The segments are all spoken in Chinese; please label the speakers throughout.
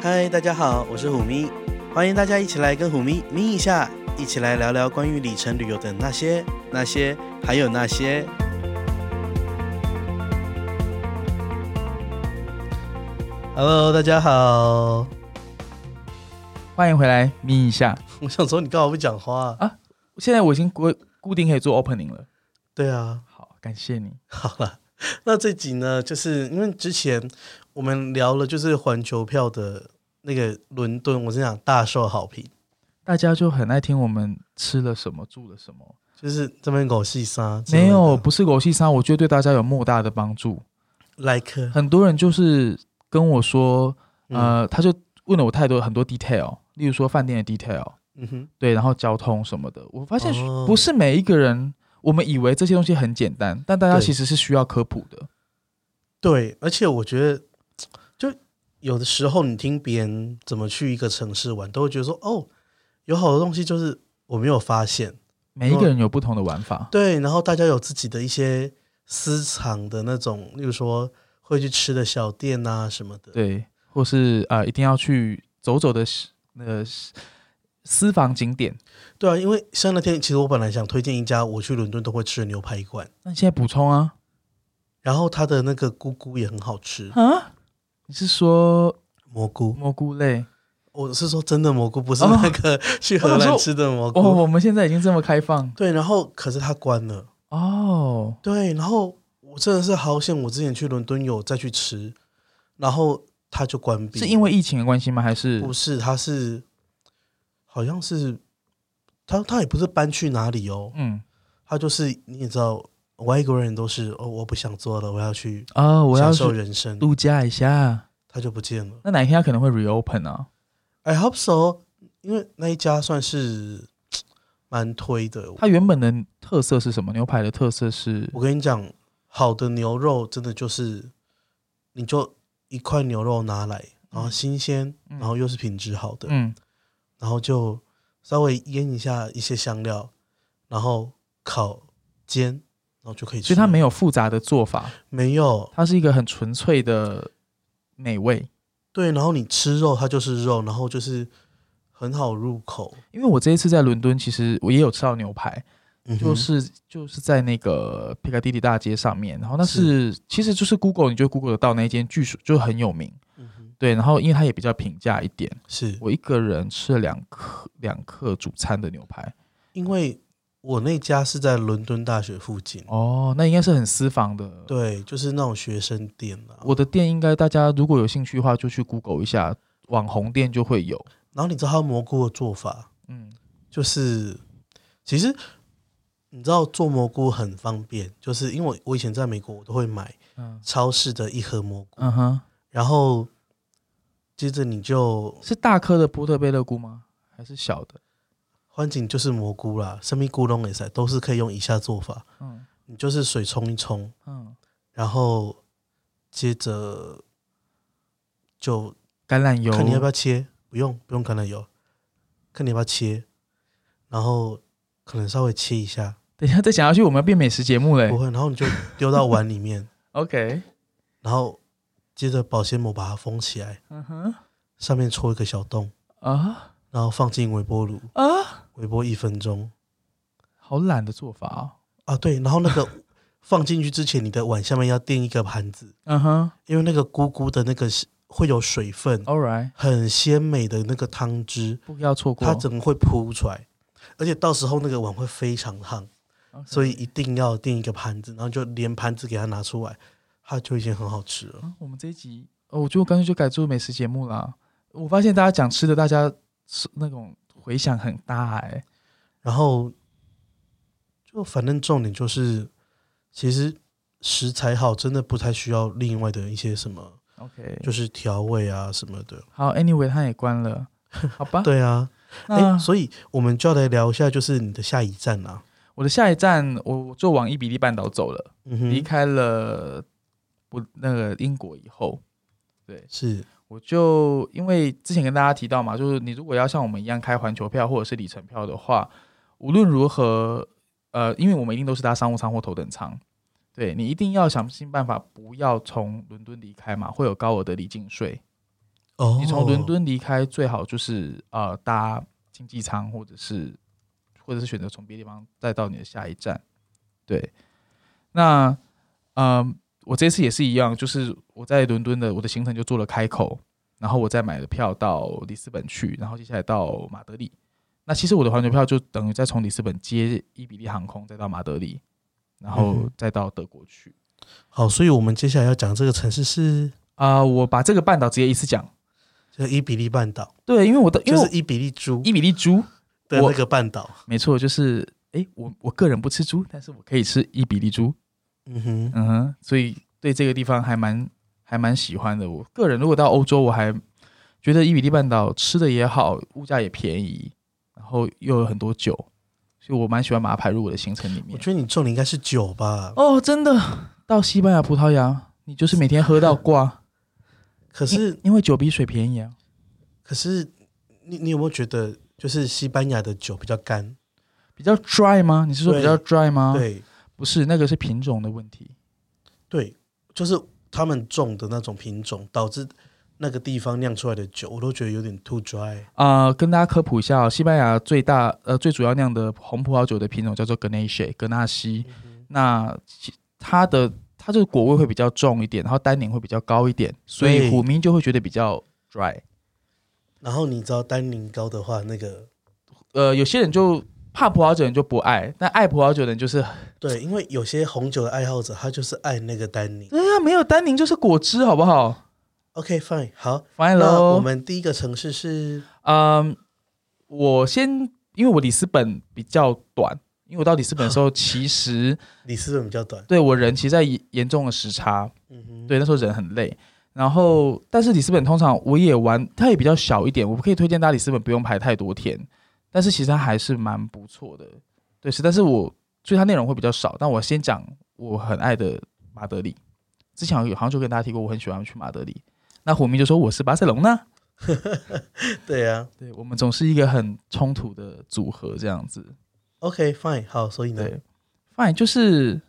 Speaker 1: 嗨，大家好，我是虎咪，欢迎大家一起来跟虎咪咪一下，一起来聊聊关于里程旅游的那些、那些，还有那些。Hello，大家好。
Speaker 2: 欢迎回来，眯一下。
Speaker 1: 我想说，你干嘛不讲话、啊？
Speaker 2: 现在我已经固固定可以做 opening 了，
Speaker 1: 对啊，
Speaker 2: 好，感谢你。
Speaker 1: 好了，那这集呢，就是因为之前我们聊了，就是环球票的那个伦敦，我是想大受好评，
Speaker 2: 大家就很爱听我们吃了什么，住了什么。
Speaker 1: 就是这边狗戏沙之类的
Speaker 2: 没有，不是狗戏沙，我觉得对大家有莫大的帮助。
Speaker 1: like，
Speaker 2: 很多人就是跟我说，
Speaker 1: 嗯
Speaker 2: 呃，他就问了我太多很多 detail，例如说饭店的 detail，
Speaker 1: 嗯哼，
Speaker 2: 对，然后交通什么的。我发现
Speaker 1: 哦
Speaker 2: 不是每一个人，我们以为这些东西很简单，但大家
Speaker 1: 对
Speaker 2: 其实是需要科普的。
Speaker 1: 对，而且我觉得，就有的时候你听别人怎么去一个城市玩，都会觉得说，哦，有好多东西就是我没有发现，
Speaker 2: 每一个人有不同的玩法。
Speaker 1: 对，然后大家有自己的一些私藏的那种，例如说会去吃的小店啊什么的，
Speaker 2: 对，或是呃，一定要去走走的是那个是私房景点。
Speaker 1: 对啊，因为像那天，其实我本来想推荐一家我去伦敦都会吃的牛排馆，
Speaker 2: 那你现在补充啊
Speaker 1: 然后它的那个菇菇也很好吃，
Speaker 2: 啊！你是说
Speaker 1: 蘑菇。
Speaker 2: 蘑菇类？
Speaker 1: 我是说真的蘑菇，不是
Speaker 2: 哦
Speaker 1: 那个 去荷
Speaker 2: 我想
Speaker 1: 兰
Speaker 2: 说
Speaker 1: 吃的蘑菇。
Speaker 2: 哦，我们现在已经这么开放
Speaker 1: 对，然后可是它关了。
Speaker 2: 哦。
Speaker 1: 对，然后我真的是好险，我之前去伦敦有再去吃，然后它就关闭了。
Speaker 2: 是因为疫情的关系吗？还是
Speaker 1: 不是，它是好像是它它也不是搬去哪里哦，
Speaker 2: 嗯
Speaker 1: 它就是你也知道，外国人都是哦，我不想做了，我要去
Speaker 2: 哦，我要
Speaker 1: 享
Speaker 2: 去
Speaker 1: 受人生，
Speaker 2: 度假一下。
Speaker 1: 它就不见了。
Speaker 2: 那哪一天它可能会 reopen 啊？
Speaker 1: I hope so，因为那一家算是蛮推的。
Speaker 2: 它原本的特色是什么？牛排的特色是
Speaker 1: 我跟你讲，好的牛肉真的就是，你就一块牛肉拿来，然后新鲜，
Speaker 2: 嗯
Speaker 1: 然后又是品质好的，
Speaker 2: 嗯，
Speaker 1: 然后就稍微腌一下一些香料，然后烤煎，然后就可以吃。
Speaker 2: 所以它没有复杂的做法，
Speaker 1: 没有
Speaker 2: 它是一个很纯粹的美味。
Speaker 1: 对，然后你吃肉它就是肉，然后就是很好入口，
Speaker 2: 因为我这一次在伦敦，其实我也有吃到牛排，
Speaker 1: 嗯哼
Speaker 2: 就是、就是在那个皮卡迪里大街上面，然后那是其实就是 Google，你就 Google 得到那一间，据说就很有名，
Speaker 1: 嗯哼
Speaker 2: 对，然后因为它也比较平价一点，
Speaker 1: 是
Speaker 2: 我一个人吃了两克两克主餐的牛排，
Speaker 1: 因为我那家是在伦敦大学附近，
Speaker 2: 哦，那应该是很私房的，，
Speaker 1: 对，就是那种学生店啊。
Speaker 2: 我的店应该大家如果有兴趣的话，就去 Google 一下，网红店就会有，
Speaker 1: 然后你知道它蘑菇的做法，
Speaker 2: 嗯，
Speaker 1: 就是其实你知道做蘑菇很方便，就是因为我我以前在美国，我都会买
Speaker 2: 嗯
Speaker 1: 超市的一盒蘑菇，
Speaker 2: 嗯哼，
Speaker 1: 然后接着你就是
Speaker 2: 大颗的波特贝勒菇吗？还是小的？
Speaker 1: 欢景就是蘑菇啦，生命菇窿也塞都是可以用以下做法，
Speaker 2: 嗯
Speaker 1: 你就是水冲一冲，
Speaker 2: 嗯，
Speaker 1: 然后接着就
Speaker 2: 橄榄油，
Speaker 1: 看你要不要切，不用不用橄榄油，看你要不要切，然后可能稍微切一下，
Speaker 2: 等一下再讲下去，我们要变美食节目嘞
Speaker 1: 不。会，然后你就丢到碗里面，
Speaker 2: OK，
Speaker 1: 然后接着保鲜膜把它封起来，
Speaker 2: 嗯哼，
Speaker 1: 啊上面戳一个小洞，
Speaker 2: 啊
Speaker 1: 然后放进微波炉，
Speaker 2: 啊，
Speaker 1: 微波一分钟
Speaker 2: 好懒的做法哦。
Speaker 1: 啊，对，然后那个放进去之前，你的碗下面要垫一个盘子，
Speaker 2: 嗯哼
Speaker 1: 因为那个咕咕的那个是会有水分，
Speaker 2: ，All right，
Speaker 1: 很鲜美的那个汤汁，
Speaker 2: 不要错过。
Speaker 1: 它整个会扑出来，而且到时候那个碗会非常烫，
Speaker 2: OK
Speaker 1: 所以一定要垫一个盘子，然后就连盘子给它拿出来，它就已经很好吃了。
Speaker 2: 啊我们这一集，哦，我觉得我干脆就改做美食节目啦。我发现大家讲吃的，大家是那种回响很大哎、
Speaker 1: 然后就反正重点就是，其实食材好真的不太需要另外的一些什么，
Speaker 2: OK，
Speaker 1: 就是调味啊什么的。
Speaker 2: 好，Anyway，它也关 了，好吧。
Speaker 1: 对啊，哎、
Speaker 2: 那
Speaker 1: 所以我们就要来聊一下，就是你的下一站啊啦、
Speaker 2: 我的下一站，我我就往伊比利半岛走了，
Speaker 1: 嗯
Speaker 2: 离、
Speaker 1: 哼，
Speaker 2: 开了不那个英国以后，对，
Speaker 1: 是
Speaker 2: 我就因为之前跟大家提到嘛，就是你如果要像我们一样开环球票或者是里程票的话，无论如何，呃，因为我们一定都是搭商务舱或头等舱，对你一定要想尽办法不要从伦敦离开嘛，会有高额的离境税。
Speaker 1: 哦，
Speaker 2: 你从伦敦离开，最好就是呃搭经济舱，或者是或者是选择从别的地方再到你的下一站。对，那嗯、呃我这次也是一样，就是我在伦敦的我的行程就做了开口，然后我再买了票到里斯本去，然后接下来到马德里。那其实我的环球票就等于再从里斯本接伊比利航空，再到马德里，然
Speaker 1: 嗯
Speaker 2: 后
Speaker 1: 哼
Speaker 2: 再到德国去。
Speaker 1: 好，所以我们接下来要讲这个城市是
Speaker 2: 啊、我把这个半岛直接一次讲。
Speaker 1: 这伊比利半岛，
Speaker 2: 对，因为我的
Speaker 1: 就
Speaker 2: 因为
Speaker 1: 是
Speaker 2: 我
Speaker 1: 伊比利猪
Speaker 2: 伊比利猪，
Speaker 1: 的
Speaker 2: 我
Speaker 1: 那个半岛。
Speaker 2: 没错，就是诶，我我个人不吃猪，但是我可以吃伊比利猪，
Speaker 1: 嗯哼，
Speaker 2: 嗯哼，所以对这个地方还蛮还蛮喜欢的。我个人如果到欧洲，我还觉得伊比利半岛吃的也好，物价也便宜，然后又有很多酒，所以我蛮喜欢把它排入我的行程里
Speaker 1: 我
Speaker 2: 面。
Speaker 1: 觉得你重点应该是酒吧，
Speaker 2: 哦，真的，到西班牙、葡萄牙，你就是每天喝到挂，
Speaker 1: 可是
Speaker 2: 因因为酒比水便宜啊。
Speaker 1: 可是你你有没有觉得，就是西班牙的酒比较干？
Speaker 2: 比较 dry 吗？你是说比较 dry 吗？，
Speaker 1: 对
Speaker 2: 不是，那个是品种的问题。
Speaker 1: 对，就是他们种的那种品种，导致那个地方酿出来的酒，我都觉得有点 too dry。
Speaker 2: 啊，跟大家科普一下、哦，西班牙最大呃最主要酿的红葡萄酒的品种叫做 Grenache
Speaker 1: 嗯
Speaker 2: 格纳西，那其它的它这个果味会比较重一点，然后单宁会比较高一点，所以
Speaker 1: 对
Speaker 2: 虎迷就会觉得比较 dry。
Speaker 1: 然后你知道单宁高的话，那个
Speaker 2: 呃，有些人就怕葡萄酒的人就不爱，但爱葡萄酒的人就是哎
Speaker 1: 对，因为有些红酒的爱好者，他就是爱那个单宁。
Speaker 2: 对啊，没有单宁就是果汁，好不好
Speaker 1: OK fine，好，那
Speaker 2: ？Fine 喽。
Speaker 1: 我们第一个城市是
Speaker 2: 嗯，我先因为我里斯本比较短，因为我到里斯本 的时候，其实
Speaker 1: 里斯本比较短，
Speaker 2: 对我人其实在严严重的时差，
Speaker 1: 嗯哼，
Speaker 2: 对，那时候人很累。然后，但是里斯本通常我也玩，它也比较小一点，我可以推荐大家里斯本不用排太多天，但是其实它还是蛮不错的，对，是，但是我所以它内容会比较少。但我先讲我很爱的马德里，之前好像有好像就跟大家提过，我很喜欢去马德里。那虎迷就说我是巴塞隆纳，
Speaker 1: 对啊
Speaker 2: 对我们总是一个很冲突的组合这样子，
Speaker 1: ，OK fine，好，所以呢，
Speaker 2: 对，fine 就是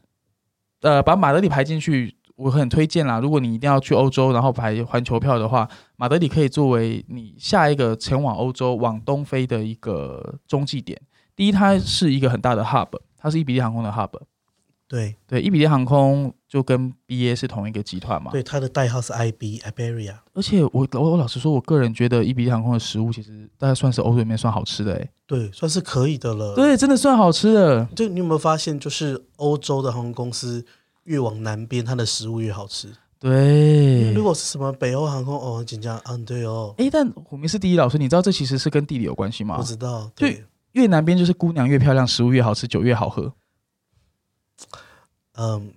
Speaker 2: 呃把马德里排进去，我很推荐啦。如果你一定要去欧洲，然后排环球票的话，马德里可以作为你下一个前往欧洲、往东飞的一个中继点。第一，它是一个很大的 hub，它是伊比利航空的 hub。
Speaker 1: 对
Speaker 2: 对，伊比利航空就跟 BA 是同一个集团嘛。
Speaker 1: 对，它的代号是 IB Iberia，
Speaker 2: 而且我我我老实说，我个人觉得伊比利航空的食物其实大概算是欧洲里面算好吃的诶、
Speaker 1: 对，算是可以的了。，
Speaker 2: 对，真的算好吃的。
Speaker 1: 就你有没有发现，就是欧洲的航空公司越往南边，它的食物越好吃。
Speaker 2: 对，
Speaker 1: 如果是什么北欧航空，哦，紧张，嗯，对哦，
Speaker 2: 诶，但虎明是第一老师，你知道这其实是跟地理有关系吗
Speaker 1: 我？知道，
Speaker 2: 对
Speaker 1: 对，
Speaker 2: 越南边就是姑娘越漂亮，食物越好吃，酒越好喝。
Speaker 1: 嗯，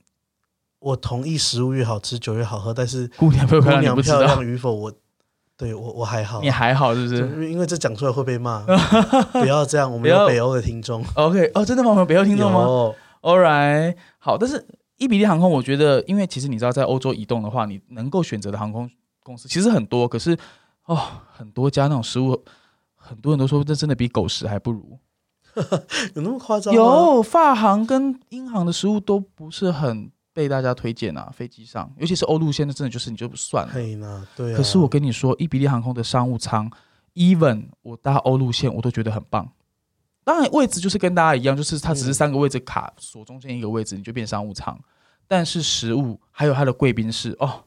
Speaker 1: 我同意食物越好吃，酒越好喝，但是
Speaker 2: 姑娘漂
Speaker 1: 姑
Speaker 2: 亮，你
Speaker 1: 娘
Speaker 2: 不知
Speaker 1: 漂
Speaker 2: 道，
Speaker 1: 亮与否，我对我我还好
Speaker 2: 你，还好是
Speaker 1: 就
Speaker 2: 不
Speaker 1: 是因为因为这讲出来会被 骂，不要这样，我们
Speaker 2: 不要
Speaker 1: 有北欧的听众，
Speaker 2: ？OK，哦，真的吗？我们北欧听众吗
Speaker 1: 有？啊
Speaker 2: ？All right，好，但是伊比利航空，我觉得，因为其实你知道，在欧洲移动的话，你能够选择的航空公司其实很多，可是哦，很多家那种食物，很多人都说这真的比狗食还不如。
Speaker 1: 有那么夸张吗？
Speaker 2: 有发航跟英航的食物都不是很被大家推荐啊，飞机上，尤其是欧路线，那真的就是你就不算了。
Speaker 1: 嘿呢，对啊。
Speaker 2: 可是我跟你说，伊比利航空的商务舱，even 我搭欧路线，我都觉得很棒。当然，位置就是跟大家一样，就是它只是
Speaker 1: 嗯
Speaker 2: 三个位置卡锁中间一个位置，你就变商务舱。但是食物还有它的贵宾室哦，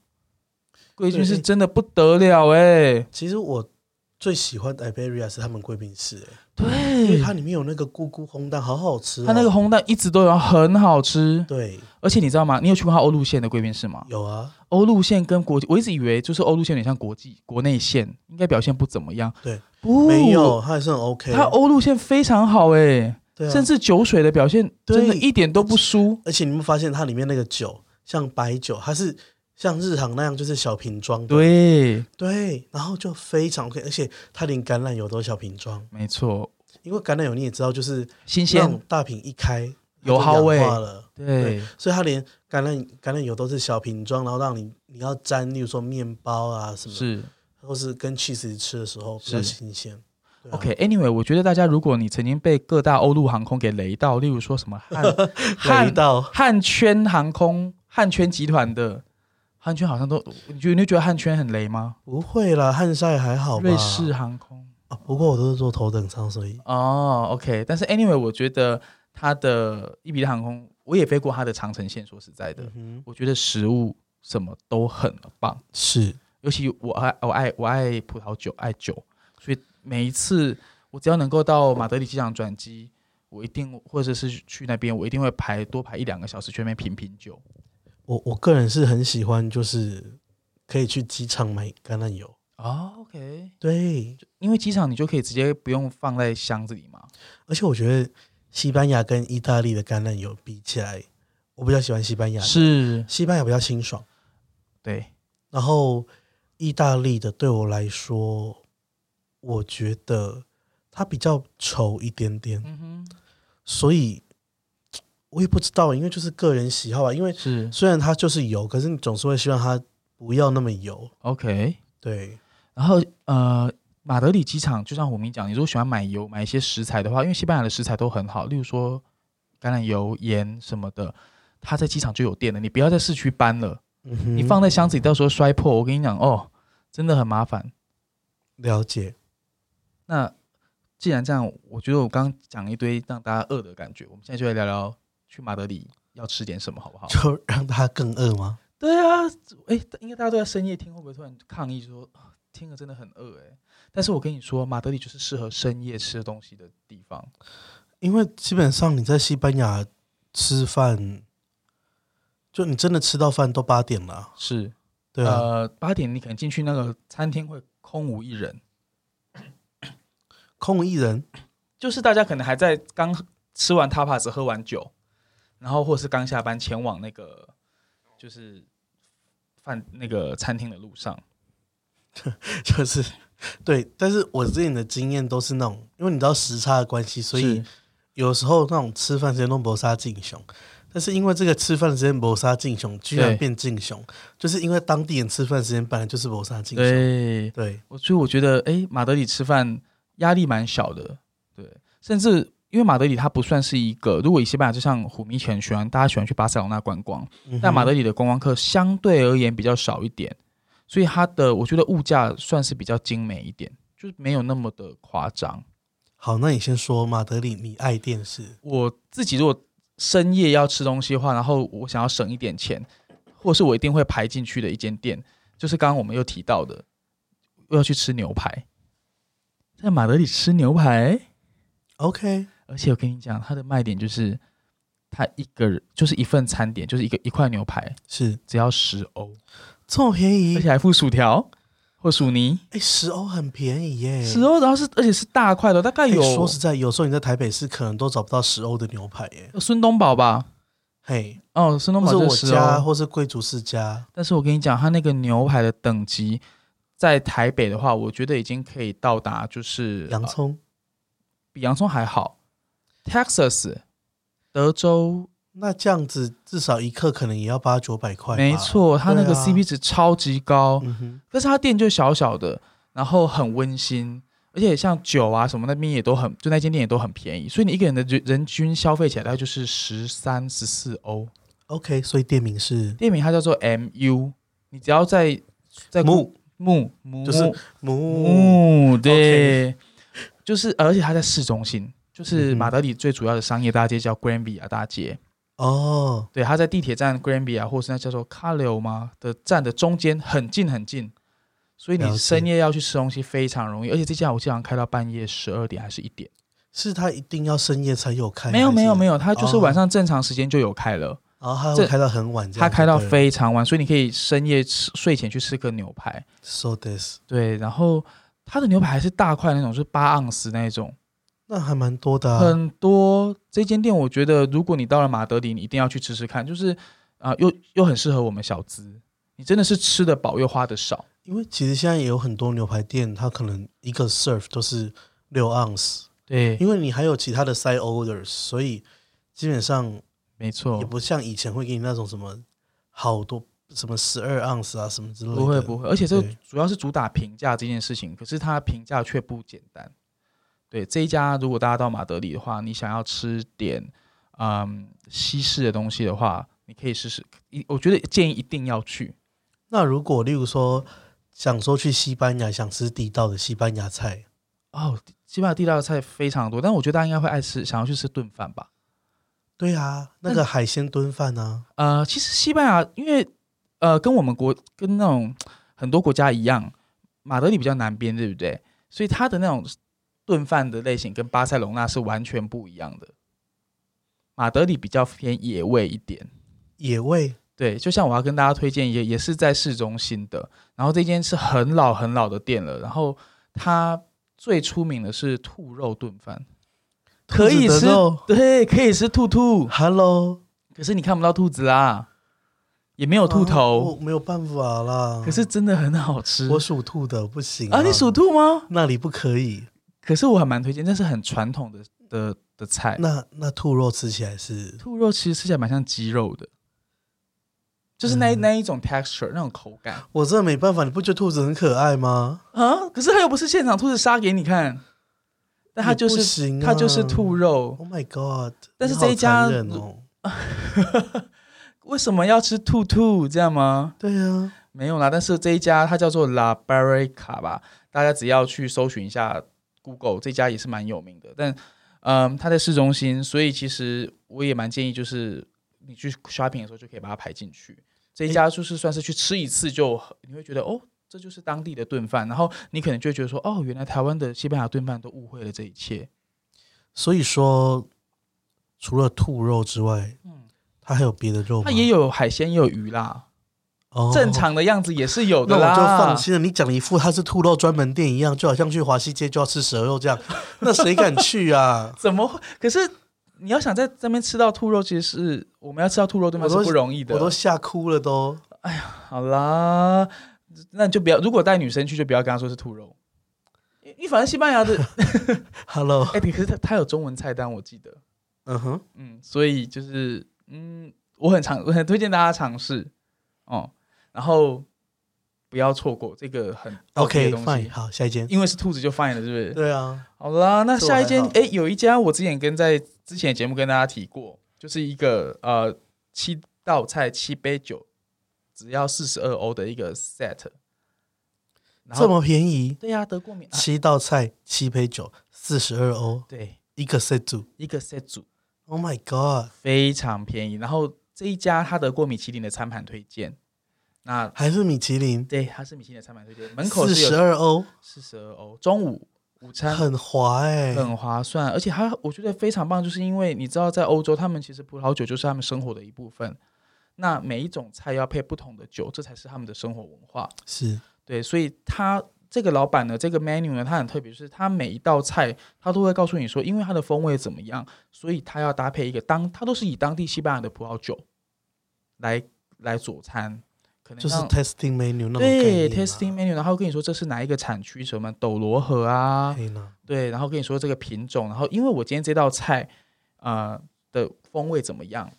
Speaker 2: 贵宾室
Speaker 1: 对哎
Speaker 2: 真的不得了哎、
Speaker 1: 其实我最喜欢的 Iberia 是他们贵宾室、欸因为
Speaker 2: 对，
Speaker 1: 它里面有那个咕咕烘蛋，好好吃、哦。
Speaker 2: 它那个烘蛋一直都有很好吃，
Speaker 1: 对，
Speaker 2: 而且你知道吗？你有去过它欧路线的贵宾室吗？
Speaker 1: 有啊，
Speaker 2: 欧路线跟国际，我一直以为就是欧路线有点像国际国内线，应该表现不怎么样。
Speaker 1: 对，
Speaker 2: 不
Speaker 1: 没有，，它还是很 OK。
Speaker 2: 它欧路线非常好哎、
Speaker 1: 对啊，
Speaker 2: 甚至酒水的表现
Speaker 1: 对
Speaker 2: 真的一点都不输。
Speaker 1: 而且你们发现它里面那个酒，像白酒，它是像日航那样，就是小瓶装的。
Speaker 2: 对，
Speaker 1: 对，然后就非常 OK，而且它连橄榄油都是小瓶装，
Speaker 2: 没错，
Speaker 1: 因为橄榄油你也知道，就是
Speaker 2: 新
Speaker 1: 那种
Speaker 2: 鲜，
Speaker 1: 大瓶一开
Speaker 2: 油
Speaker 1: 它就
Speaker 2: 耗味
Speaker 1: 氧化了。
Speaker 2: 对，
Speaker 1: 所以它连橄榄橄榄油都是小瓶装，然后让你你要沾，例如说面包啊什么的
Speaker 2: 是
Speaker 1: 或是跟 cheese 吃的时候比较
Speaker 2: 是
Speaker 1: 新鲜。对啊
Speaker 2: OK。Anyway，我觉得大家如果你曾经被各大欧陆航空给雷到，例如说什么汉
Speaker 1: 雷
Speaker 2: 汉
Speaker 1: 到
Speaker 2: 汉圈航空、汉圈集团的。汉圈好像都，你觉得你觉得汉圈很雷吗？
Speaker 1: 不会啦，汉莎也还好吧。
Speaker 2: 瑞士航空
Speaker 1: 啊，不过我都是坐头等舱，所以
Speaker 2: 哦，OK，但是 anyway，我觉得它的伊比利航空，我也飞过它的长城线，说实在的，
Speaker 1: 嗯哼
Speaker 2: 我觉得食物什么都很棒，
Speaker 1: 是
Speaker 2: 尤其我爱我爱我爱葡萄酒，爱酒，所以每一次我只要能够到马德里机场转机，我一定或者是去那边，我一定会排多排一两个小时去那边品品酒。
Speaker 1: 我我个人是很喜欢，就是可以去机场买橄榄油。
Speaker 2: 哦，OK，
Speaker 1: 对，
Speaker 2: 因为机场你就可以直接不用放在箱子里嘛。
Speaker 1: 而且我觉得西班牙跟意大利的橄榄油比起来，我比较喜欢西班牙的。
Speaker 2: 是，啊
Speaker 1: 西班牙比较清爽，
Speaker 2: 对，
Speaker 1: 然后意大利的对我来说，我觉得它比较稠一点点，
Speaker 2: 嗯哼，
Speaker 1: 所以我也不知道，因为就是个人喜好啊。因为
Speaker 2: 是
Speaker 1: 虽然它就是油，可是你总是会希望它不要那么油。
Speaker 2: OK。
Speaker 1: 对，
Speaker 2: 然后呃，马德里机场就像虎明讲，你如果喜欢买油买一些食材的话，因为西班牙的食材都很好，例如说橄榄油、盐什么的，它在机场就有店了，你不要在市区搬了，
Speaker 1: 嗯哼
Speaker 2: 你放在箱子里，到时候摔破，我跟你讲哦，真的很麻烦。
Speaker 1: 了解，
Speaker 2: 那既然这样，我觉得我刚刚讲一堆让大家饿的感觉，我们现在就来聊聊去马德里要吃点什么，好不好？
Speaker 1: 就让它更饿吗？
Speaker 2: 对啊，哎，应该大家都在深夜听，会不会突然抗议说啊听了真的很饿哎、但是我跟你说，马德里就是适合深夜吃东西的地方。
Speaker 1: 因为基本上你在西班牙吃饭，就你真的吃到饭都八点了啊，
Speaker 2: 是，
Speaker 1: 对啊，
Speaker 2: 呃，八点你可能进去那个餐厅会空无一人，
Speaker 1: 空无一人。
Speaker 2: 就是大家可能还在刚吃完 tapas 喝完酒，然后或是刚下班前往那个就是饭那个餐厅的路上。
Speaker 1: 就是对，但是我之前的经验都是那种，因为你知道时差的关系，所以
Speaker 2: 是
Speaker 1: 有时候那种吃饭时间都谋杀进熊，但是因为这个吃饭时间谋杀进熊，居然
Speaker 2: 对
Speaker 1: 变进熊，就是因为当地人吃饭时间本来就是谋杀进熊，
Speaker 2: 对，
Speaker 1: 对，
Speaker 2: 我所以我觉得，哎，马德里吃饭压力蛮小的，对，甚至因为马德里它不算是一个，如果以西班牙就像虎迷很喜欢，大家喜欢去巴塞罗那观光，
Speaker 1: 嗯哼
Speaker 2: 但马德里的观光客相对而言比较少一点，所以它的我觉得物价算是比较精美一点，就是没有那么的夸张。
Speaker 1: 好，那你先说马德里你爱电视，
Speaker 2: 我自己如果深夜要吃东西的话，然后我想要省一点钱，或是我一定会排进去的一间店，就是刚刚我们又提到的，我要去吃牛排，在马德里吃牛排，
Speaker 1: OK，
Speaker 2: 而且我跟你讲，它的卖点就是它一个人就是一份餐点，就是一个一块牛排，
Speaker 1: 是
Speaker 2: 只要十欧，
Speaker 1: 这么便宜
Speaker 2: 而，且还附薯条或薯泥，
Speaker 1: 哎、十欧很便宜耶，
Speaker 2: 十欧，然后是而且是大块的，大概
Speaker 1: 嗯哎。
Speaker 2: 有
Speaker 1: 说实在，有时候你在台北市可能都找不到十欧的牛排耶，
Speaker 2: 孙东宝吧，
Speaker 1: 嘿，
Speaker 2: 哦，孙东
Speaker 1: 或
Speaker 2: 宝
Speaker 1: 是
Speaker 2: 就
Speaker 1: 我
Speaker 2: 是10
Speaker 1: 家，
Speaker 2: 欧
Speaker 1: 或是贵族世家，
Speaker 2: 但是我跟你讲，它那个牛排的等级，在台北的话，我觉得已经可以到达就是
Speaker 1: 洋
Speaker 2: 呃
Speaker 1: 葱。
Speaker 2: 比洋葱还好。Texas，德州，
Speaker 1: 那这样子至少一克可能也要八九百块，
Speaker 2: 没。错，它那
Speaker 1: 哎
Speaker 2: 个
Speaker 1: 对啊
Speaker 2: CP 值超级高，
Speaker 1: 嗯哼，
Speaker 2: 但是它店就小小的，然后很温馨，而且像酒啊什么那边也都很，就那间店也都很便宜，所以你一个人的人人均消费起来大概就是十三、十四欧。
Speaker 1: OK，所以店名是
Speaker 2: 店名它叫做 MU，你只要在在
Speaker 1: 木
Speaker 2: 木木
Speaker 1: 就是木
Speaker 2: 哦，对，就是而且它在市中心，就
Speaker 1: 嗯
Speaker 2: 是
Speaker 1: 哼
Speaker 2: 马德里最主要的商业大街叫 Granvia 大街。
Speaker 1: 哦，
Speaker 2: 对，它在地铁站 Granvia 或是那叫做 c a l o 吗的站的中间，很近很近。所以
Speaker 1: 了
Speaker 2: 你
Speaker 1: 解
Speaker 2: 深夜要去吃东西非常容易，而且这家我经常开到半夜十二点还是一点。
Speaker 1: 是他一定要深夜才有开？
Speaker 2: 没有没有没
Speaker 1: 有，
Speaker 2: 有，它就是
Speaker 1: 哎哦
Speaker 2: 晚上正常时间就有开了，
Speaker 1: 然后哦他会
Speaker 2: 这
Speaker 1: 开到很晚这
Speaker 2: 它
Speaker 1: 样，
Speaker 2: 开到
Speaker 1: 对
Speaker 2: 非常晚，所以你可以深夜吃睡前去吃个牛排。
Speaker 1: So this，
Speaker 2: 对，然后它的牛排还是大块那种，就是八盎司那一种。
Speaker 1: 那还蛮多的啊。
Speaker 2: 很多这间店，我觉得如果你到了马德里，你一定要去吃吃看，就是啊、又又很适合我们小资，你真的是吃得饱又花得少。
Speaker 1: 因为其实现在也有很多牛排店，它可能一个 serve 都是六盎司，
Speaker 2: 对，
Speaker 1: 因为你还有其他的 side orders，所以基本上
Speaker 2: 没错
Speaker 1: 也，不像以前会给你那种什么好多什么十二盎司啊什么之类的。
Speaker 2: 不会不会，而且这
Speaker 1: 对
Speaker 2: 主要是主打平价这件事情，可是它评价却不简单。对这一家，如果大家到马德里的话，你想要吃点嗯西式的东西的话，你可以试试。一我觉得建议一定要去，
Speaker 1: 那如果例如说想说去西班牙，想吃地道的西班牙菜，
Speaker 2: 哦，西班牙地道的菜非常多，但我觉得大家应该会爱吃，想要去吃炖饭吧。
Speaker 1: 对啊，那个海鲜炖饭啊，
Speaker 2: 呃，其实西班牙因为呃跟我们国跟那种很多国家一样，马德里比较南边，对不对？所以它的那种炖饭的类型跟巴塞隆纳是完全不一样的。马德里比较偏野味一点，
Speaker 1: 野味
Speaker 2: 对，就像我要跟大家推荐，也也是在市中心的，然后这间是很老很老的店了，然后它最出名的是兔肉炖饭，可以
Speaker 1: 兔子
Speaker 2: 吃
Speaker 1: 的肉
Speaker 2: 对，可以吃兔兔，
Speaker 1: ，Hello，
Speaker 2: 可是你看不到兔子啦，也没有兔
Speaker 1: 啊
Speaker 2: 头，
Speaker 1: 我没有办法啦。
Speaker 2: 可是真的很好吃。
Speaker 1: 我属兔的，不行
Speaker 2: 啊，你属兔吗？
Speaker 1: 那里不可以。
Speaker 2: 可是我还蛮推荐，那是很传统的的的菜。
Speaker 1: 那那兔肉吃起来是
Speaker 2: 兔肉其实吃起来蛮像鸡肉的，就是那、
Speaker 1: 嗯
Speaker 2: 那一种 texture 那种口感
Speaker 1: 我真的没办法，你不觉得兔子很可爱吗？
Speaker 2: 啊。可是它又不是现场兔子杀给你看，但它就
Speaker 1: 也不
Speaker 2: 是、
Speaker 1: 行、啊，
Speaker 2: 它就是兔。肉。
Speaker 1: Oh my god！
Speaker 2: 但是
Speaker 1: 你好
Speaker 2: 这一家
Speaker 1: 残忍哦，
Speaker 2: 为什么要吃兔兔？这样吗？
Speaker 1: 对啊，
Speaker 2: 没有啦，但是这一家它叫做 La Barrica 吧，大家只要去搜寻一下 Google，这家也是蛮有名的。但嗯，它在市中心，所以其实我也蛮建议，就是你去 shopping 的时候就可以把它排进去。这一家就是算是去吃一次就很，你会觉得哦，这就是当地的炖饭，然后你可能就会觉得说，哦，原来台湾的西班牙炖饭都误会了这一切。
Speaker 1: 所以说除了兔肉之外，
Speaker 2: 嗯
Speaker 1: 它还有别的肉吗？
Speaker 2: 它也有海鲜，也有鱼啦，
Speaker 1: 哦
Speaker 2: 正。常的样子也是有
Speaker 1: 那
Speaker 2: 的
Speaker 1: 我
Speaker 2: 啦。
Speaker 1: 就放心了。你讲了一副它是兔肉专门店一样，就好像去华西街就要吃蛇肉这样，那谁敢去 啊？
Speaker 2: 怎么会？可是你要想在这边吃到兔肉，其实是我们要吃到兔肉，对吗？
Speaker 1: 我
Speaker 2: 是
Speaker 1: 都
Speaker 2: 不容易的
Speaker 1: 我。都吓哭了都。
Speaker 2: 好啦，那你就不要。如果带女生去，就不要跟她说是兔 肉。因因为反正西班牙的，
Speaker 1: Hello，
Speaker 2: 哎、可是它它有中文菜单，我记得，
Speaker 1: 嗯哼，
Speaker 2: 嗯，所以就是，嗯，我很常我很推荐大家尝试哦，然后不要错过这个很道地
Speaker 1: OK
Speaker 2: 的东西
Speaker 1: fine，好，下一间。
Speaker 2: 因为是兔子就 fine 了，是不是？
Speaker 1: 对啊，
Speaker 2: 好啦，那
Speaker 1: 这我
Speaker 2: 下一
Speaker 1: 还
Speaker 2: 间
Speaker 1: 好
Speaker 2: 哎，诶有一家我之前跟在之前的节目跟大家提过，就是一个呃七道菜七杯酒，只要四十二欧的一个 set，然
Speaker 1: 这
Speaker 2: 后
Speaker 1: 么便宜，
Speaker 2: 对呀、德国免、啊、
Speaker 1: 七道菜七杯酒，四十二欧
Speaker 2: 对
Speaker 1: 一个 set 组。
Speaker 2: 一个 set 组
Speaker 1: Oh my god，
Speaker 2: 非常便宜，然后这一家它得过米其林的餐盘推荐，那
Speaker 1: 还是米其林，
Speaker 2: 对它是米其林的餐盘推荐，门口
Speaker 1: 四
Speaker 2: 是
Speaker 1: 十
Speaker 2: 有
Speaker 1: 二欧，
Speaker 2: 四十二欧，中午午餐
Speaker 1: 很滑哎、
Speaker 2: 很划算，而且它我觉得非常棒，就是因为你知道，在欧洲，他们其实葡萄酒就是他们生活的一部分。那每一种菜要配不同的酒，这才是他们的生活文化。
Speaker 1: 是
Speaker 2: 对，所以他这个老板呢，这个 menu 呢，他很特别，就是他每一道菜他都会告诉你说，因为它的风味怎么样，所以他要搭配一个当，他都是以当地西班牙的葡萄酒来来佐餐，可能
Speaker 1: 就是
Speaker 2: 像
Speaker 1: testing menu 那种概念
Speaker 2: 对
Speaker 1: 啊
Speaker 2: testing menu，然后跟你说这是哪一个产区，什么斗罗河啊，
Speaker 1: 可以呢。
Speaker 2: 对，然后跟你说这个品种，然后因为我今天这道菜，呃的风味怎么样，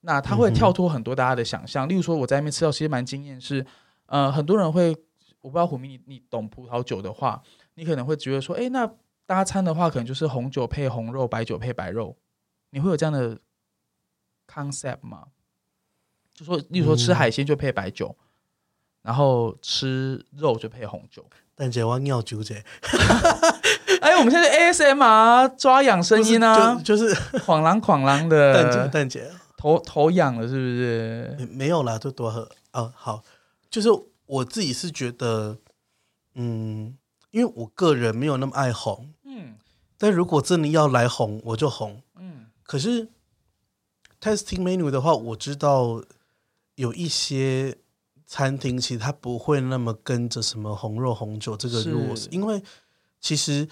Speaker 2: 那它
Speaker 1: 嗯
Speaker 2: 会
Speaker 1: 哼
Speaker 2: 跳脱很多大家的想象。例如说我在那边吃到，其实蛮惊艳是，呃，很多人会，我不知道虎迷你你懂葡萄酒的话，你可能会觉得说，哎，那搭餐的话可能就是红酒配红肉，白酒配白肉，你会有这样的 concept 吗？就说，例如说吃
Speaker 1: 嗯
Speaker 2: 海鲜就配白酒，然后吃肉就配红酒。
Speaker 1: 但姐我要尿酒姐，
Speaker 2: 哎，我们现在 ASMR 抓痒声音啊呃
Speaker 1: 不，是就就是
Speaker 2: 狂狼狂狼
Speaker 1: 蛋姐
Speaker 2: 的，
Speaker 1: 蛋姐
Speaker 2: 头头痒了是不是？
Speaker 1: 没没有啦，就多喝啊。好，就是我自己是觉得，嗯，因为我个人没有那么爱红，
Speaker 2: 嗯
Speaker 1: 但如果真的要来红，我就红。
Speaker 2: 嗯
Speaker 1: 可是 testing menu 的话，我知道有一些餐厅其实它不会那么跟着什么红肉红酒这个
Speaker 2: 是
Speaker 1: rules，因为其实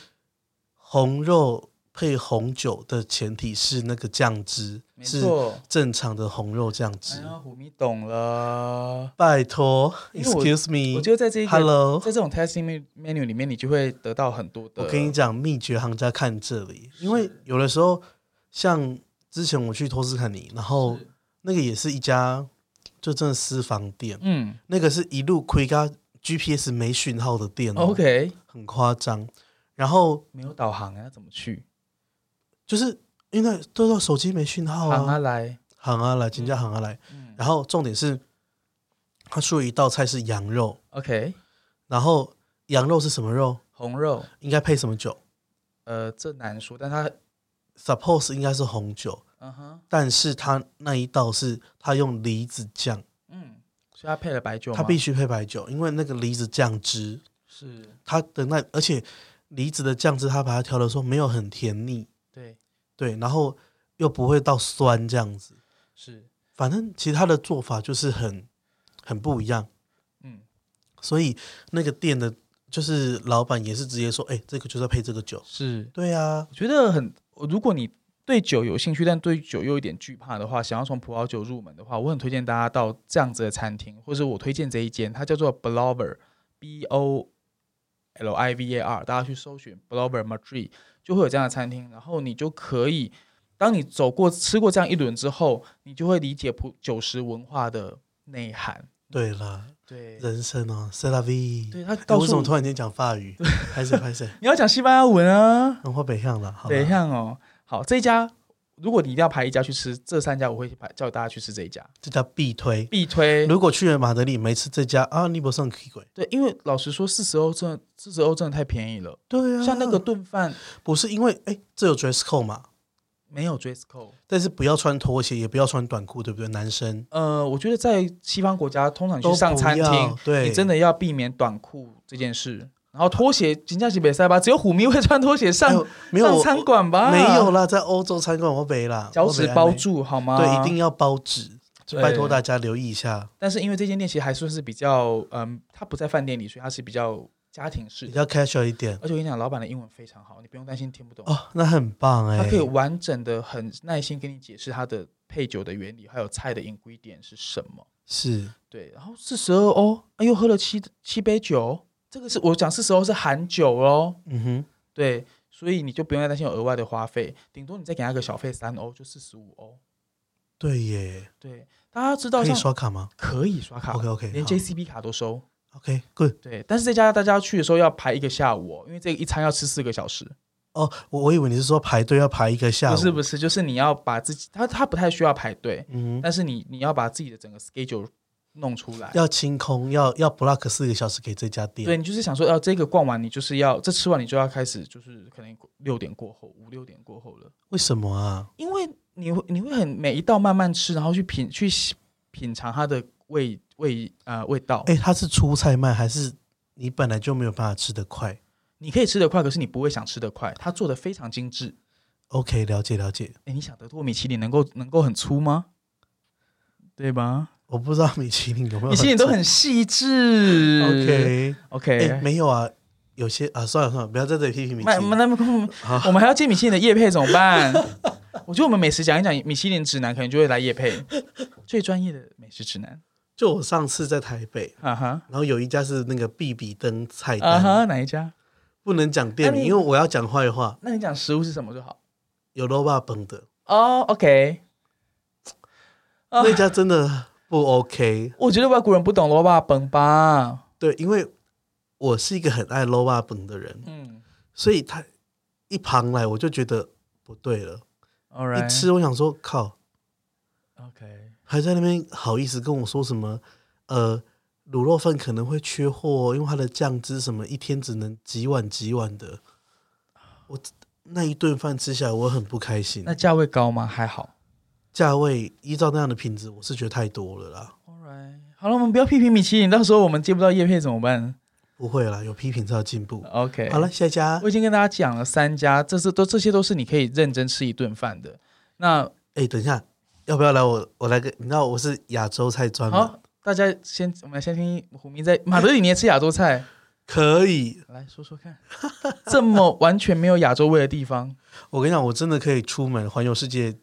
Speaker 1: 红肉配红酒的前提是那个酱汁
Speaker 2: 没
Speaker 1: 是
Speaker 2: 错。
Speaker 1: 正常的红肉酱汁
Speaker 2: 哎。呀，虎迷懂了。
Speaker 1: 拜托
Speaker 2: 因为我
Speaker 1: ，excuse
Speaker 2: 我
Speaker 1: me，hello
Speaker 2: 觉。得在这一个在这种 testing menu- menu 里面，你就会得到很多的。
Speaker 1: 我跟你讲，秘诀行家看这里，因为有的时候像之前我去托斯卡尼，然后
Speaker 2: 是
Speaker 1: 那个也是一家就真的私房店，
Speaker 2: 嗯
Speaker 1: 那个是一路亏咖 GPS 没讯号的店、哦、
Speaker 2: ，OK，
Speaker 1: 很夸张。然后
Speaker 2: 没有导航啊，怎么去？
Speaker 1: 就是因为都到手机没讯号
Speaker 2: 航啊
Speaker 1: 啊，
Speaker 2: 来，
Speaker 1: 行啊来，请假行啊来。
Speaker 2: 嗯
Speaker 1: 然后重点是他说有一道菜是羊肉，
Speaker 2: OK，
Speaker 1: 然后羊肉是什么肉？
Speaker 2: 红肉，
Speaker 1: 应该配什么酒
Speaker 2: 呃，这难说，但它，
Speaker 1: ？Suppose 应该是红酒，
Speaker 2: 嗯哼，
Speaker 1: 但是他那一道是他用梨子酱，
Speaker 2: 嗯，所以它配了白酒吗，
Speaker 1: 他必须配白酒，因为那个梨子酱汁，
Speaker 2: 是，
Speaker 1: 它的那而且梨子的酱汁，他把它调的说没有很甜腻，
Speaker 2: 对，
Speaker 1: 对，然后又不会到酸这样子。
Speaker 2: 是，
Speaker 1: 反正其他的做法就是很很不一样，
Speaker 2: 嗯，
Speaker 1: 所以那个店的就是老板也是直接说，哎、这个就是要配这个酒。
Speaker 2: 是，
Speaker 1: 对啊，
Speaker 2: 我觉得很，如果你对酒有兴趣，但对酒又有点惧怕的话，想要从葡萄酒入门的话，我很推荐大家到这样子的餐厅，或者我推荐这一间，它叫做 Blover，B O L I V A R，大家去搜寻 Blover Madrid 就会有这样的餐厅，然后你就可以，当你走过吃过这样一轮之后，你就会理解葡酒食文化的内涵。
Speaker 1: 对啦，
Speaker 2: 对，
Speaker 1: 人生哦，c'est la vie。
Speaker 2: 对他
Speaker 1: 哎
Speaker 2: 告
Speaker 1: 为什
Speaker 2: 诉
Speaker 1: 么
Speaker 2: 你
Speaker 1: 突，然间讲法语？拍谁拍谁？
Speaker 2: 你要讲西班牙文啊。
Speaker 1: 文化北向了，好啦
Speaker 2: 等一下哦，好，这一家如果你一定要排一家去吃，这三家我会排叫大家去吃这一家，
Speaker 1: 这叫必推。
Speaker 2: 必推。
Speaker 1: 如果去了马德里没吃这家啊，你不算 K 鬼？
Speaker 2: 对，因为老实说，四十欧真的四十欧真的太便宜了，
Speaker 1: 对啊，
Speaker 2: 像那个炖饭
Speaker 1: 不是因为哎、这有 dress code 嘛，
Speaker 2: 没有 dress code。
Speaker 1: 但是不要穿拖鞋，也不要穿短裤，对不对？男生
Speaker 2: 呃，我觉得在西方国家，通常你去
Speaker 1: 都
Speaker 2: 上
Speaker 1: 不
Speaker 2: 餐
Speaker 1: 要
Speaker 2: 厅，
Speaker 1: 对
Speaker 2: 你真的要避免短裤这件事。然后拖鞋，金价西北塞吧，只有虎迷会穿拖鞋
Speaker 1: 哎
Speaker 2: 上、
Speaker 1: 呦没有
Speaker 2: 上餐馆吧？
Speaker 1: 没有，啦，在欧洲餐馆我北啦，
Speaker 2: 啊脚
Speaker 1: 我北
Speaker 2: 趾
Speaker 1: 安
Speaker 2: 包
Speaker 1: 内，
Speaker 2: 住好吗？
Speaker 1: 对，一定要包纸，
Speaker 2: 对
Speaker 1: 拜托大家留意一下，
Speaker 2: 但是因为这间店其实还算是比较，嗯，它不在饭店里，所以它是比较家庭式
Speaker 1: 比
Speaker 2: 的。
Speaker 1: 较 casual 一点
Speaker 2: 而且我跟你讲，老板的英文非常好，你不用担心听不懂，
Speaker 1: 哦，那很棒哎、
Speaker 2: 他可以完整的、很耐心跟你解释它的配酒的原理，还有菜的 ingredient 是什么。
Speaker 1: 是
Speaker 2: 对，然后四十二欧，哎又喝了七七杯酒，这个是我讲四十欧是含酒哦，
Speaker 1: 嗯哼，
Speaker 2: 对，所以你就不用担心有额外的花费，顶多你再给他个小费三欧，就四十五欧。
Speaker 1: 对耶，
Speaker 2: 对，大家知道
Speaker 1: 可以
Speaker 2: 像
Speaker 1: 刷卡吗
Speaker 2: 可以刷卡
Speaker 1: ？OK OK
Speaker 2: 连 JCB 卡都收。
Speaker 1: OK good
Speaker 2: 对，但是这家大家去的时候要排一个下午、哦，因为这一餐要吃四个小时。
Speaker 1: 哦，我我以为你是说排队要排一个下午，
Speaker 2: 不是不是，就是你要把自己，他他不太需要排队，
Speaker 1: 嗯哼，
Speaker 2: 但是你你要把自己的整个 schedule 弄出来。
Speaker 1: 要清空，要要 block 四个小时给这家店，
Speaker 2: 对你就是想说，哦要、这个逛完，你就是要这吃完，你就要开始，就是可能六点过后，五六点过后了，
Speaker 1: 为什么啊？
Speaker 2: 因为你会你会很每一道慢慢吃，然后去品去品尝它的味味呃味道。
Speaker 1: 哎、它是出菜卖还是你本来就没有办法吃得快
Speaker 2: 你可以吃得快，可是你不会想吃得快。它做的非常精致。
Speaker 1: ？OK，了解了解。
Speaker 2: 哎，你想得过米其林能够能够很粗吗？对吧？
Speaker 1: 我不知道米其林有没有
Speaker 2: 米其林都很细致。
Speaker 1: OK。哎、
Speaker 2: OK，
Speaker 1: 没有啊，有些啊，算了算了，不要在这里批评米其
Speaker 2: 那
Speaker 1: 林。
Speaker 2: 那么我们还要接米其林的叶配怎么办？ 我觉得我们美食讲一讲米其林指南，可能就会来叶配最专业的美食指南。
Speaker 1: 就我上次在台北，
Speaker 2: 啊哈
Speaker 1: 然后有一家是那个必比登菜
Speaker 2: 啊
Speaker 1: 单
Speaker 2: 哈，哪一家？
Speaker 1: 不能讲店
Speaker 2: 那
Speaker 1: 名，
Speaker 2: 你
Speaker 1: 因为我要讲坏话。
Speaker 2: 那你讲食物是什么就好。
Speaker 1: 有肉霸本的、
Speaker 2: 哦，OK、o k
Speaker 1: 那家真的不 OK，
Speaker 2: 我觉得外国人不懂罗巴本吧？
Speaker 1: 对，因为我是一个很爱肉霸本的人，
Speaker 2: 嗯
Speaker 1: 所以他一旁来我就觉得不对了。
Speaker 2: ，All
Speaker 1: 一
Speaker 2: right，
Speaker 1: 吃我想说靠，
Speaker 2: OK，
Speaker 1: 还在那边好意思跟我说什么，呃，卤肉饭可能会缺货哦、因为它的酱汁什么一天只能几碗几碗的。我那一顿饭吃下来，我很不开心
Speaker 2: 那。价位高吗？还好。
Speaker 1: 价位依照那样的品质，我是觉得太多了啦。
Speaker 2: All right，好了，我们不要批评米其林，到时候我们接不到叶配怎么办
Speaker 1: 不会啦，有批评才有进步。
Speaker 2: ？OK，
Speaker 1: 好了，下一家
Speaker 2: 我，已经跟大家讲了三家，这是都这些都是你可以认真吃一顿饭的。那
Speaker 1: 哎、等一下，要不要来我我来个？你知道我是亚洲菜专吗？
Speaker 2: 好，大家先我们来先听虎明在马德里，你也吃亚洲菜，
Speaker 1: 可以，
Speaker 2: 来说说看， 这么完全没有亚洲味的地方，
Speaker 1: 我跟你讲，我真的可以出门环游世界，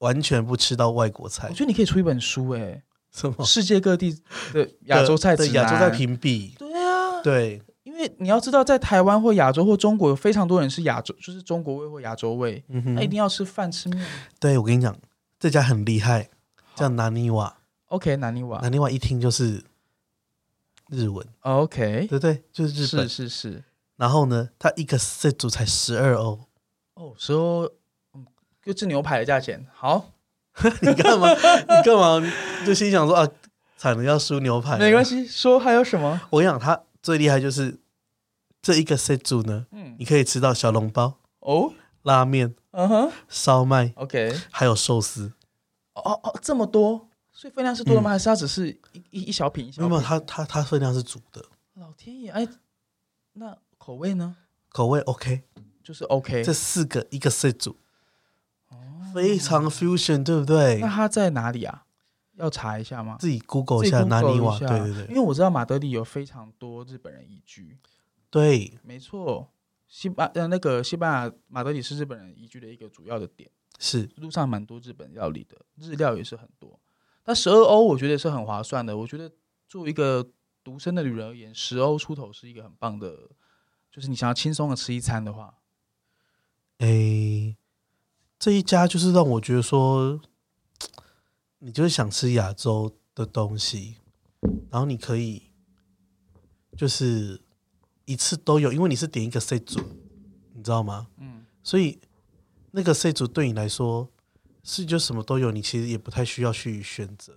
Speaker 1: 完全不吃到外国
Speaker 2: 我
Speaker 1: 菜
Speaker 2: 觉。得你可以出一本书哎、
Speaker 1: 什么？
Speaker 2: 世界各地的亚洲菜
Speaker 1: 的
Speaker 2: 指
Speaker 1: 亚洲菜
Speaker 2: 南
Speaker 1: 评比，
Speaker 2: 对啊，
Speaker 1: 对，
Speaker 2: 因为你要知道，在台湾或亚洲或中国，有非常多人是亚洲，就是中国味或亚洲味，
Speaker 1: 嗯
Speaker 2: 那一
Speaker 1: 哼，
Speaker 2: 定要吃饭吃面。
Speaker 1: 对我跟你讲，这家很厉害，叫拿尼瓦。
Speaker 2: OK，南泥瓦
Speaker 1: 拿尼瓦一听就是日文，
Speaker 2: ，OK，
Speaker 1: 对不对？就是日
Speaker 2: 是
Speaker 1: 本。
Speaker 2: 是是，
Speaker 1: 然后呢，它一个 set 组才十二欧，
Speaker 2: 哦，说嗯，就吃牛排的价钱，好，
Speaker 1: 你干嘛？你干嘛？就心想说啊，惨了要输牛排了。
Speaker 2: 没关系，说还有什么？
Speaker 1: 我跟你讲，它最厉害就是这一个 set 组呢，
Speaker 2: 嗯，
Speaker 1: 你可以吃到小笼包、
Speaker 2: 哦，
Speaker 1: 拉面、
Speaker 2: 嗯哼
Speaker 1: 烧麦，
Speaker 2: ，OK，
Speaker 1: 还有寿司。
Speaker 2: 哦哦，这么多，所以分量是多的吗？还是它只是一一一小品一小
Speaker 1: 那
Speaker 2: 品？
Speaker 1: 么嗯它它它分量是煮的，
Speaker 2: 老天爷，哎，那口味呢？
Speaker 1: 口味 OK，
Speaker 2: 就是 OK，
Speaker 1: 这四个一个 set 组，非常 fusion，对不对
Speaker 2: 那？它在哪里啊？要查一下吗？
Speaker 1: 自己 Google
Speaker 2: 自
Speaker 1: 一
Speaker 2: 己
Speaker 1: 下拿
Speaker 2: Google
Speaker 1: 尼
Speaker 2: 一
Speaker 1: 瓦，
Speaker 2: 下
Speaker 1: 对对
Speaker 2: 因
Speaker 1: 对
Speaker 2: 为我知道马德里有非常多日本人移居，
Speaker 1: 对，
Speaker 2: 没错，西班呃那个西班牙马德里是日本人移居的一个主要的点，
Speaker 1: 是
Speaker 2: 路上蛮多日本料理的，日料也是很多。但十二欧我觉得是很划算的，我觉得作为一个独身的女人而言，十欧出头是一个很棒的，就是你想要轻松的吃一餐的话，
Speaker 1: 诶，这一家就是让我觉得说，你就是想吃亚洲的东西，然后你可以就是一次都有，因为你是点一个 C 组，你知道吗？
Speaker 2: 嗯，
Speaker 1: 所以那个 C 组对你来说是就什么都有，你其实也不太需要去选择。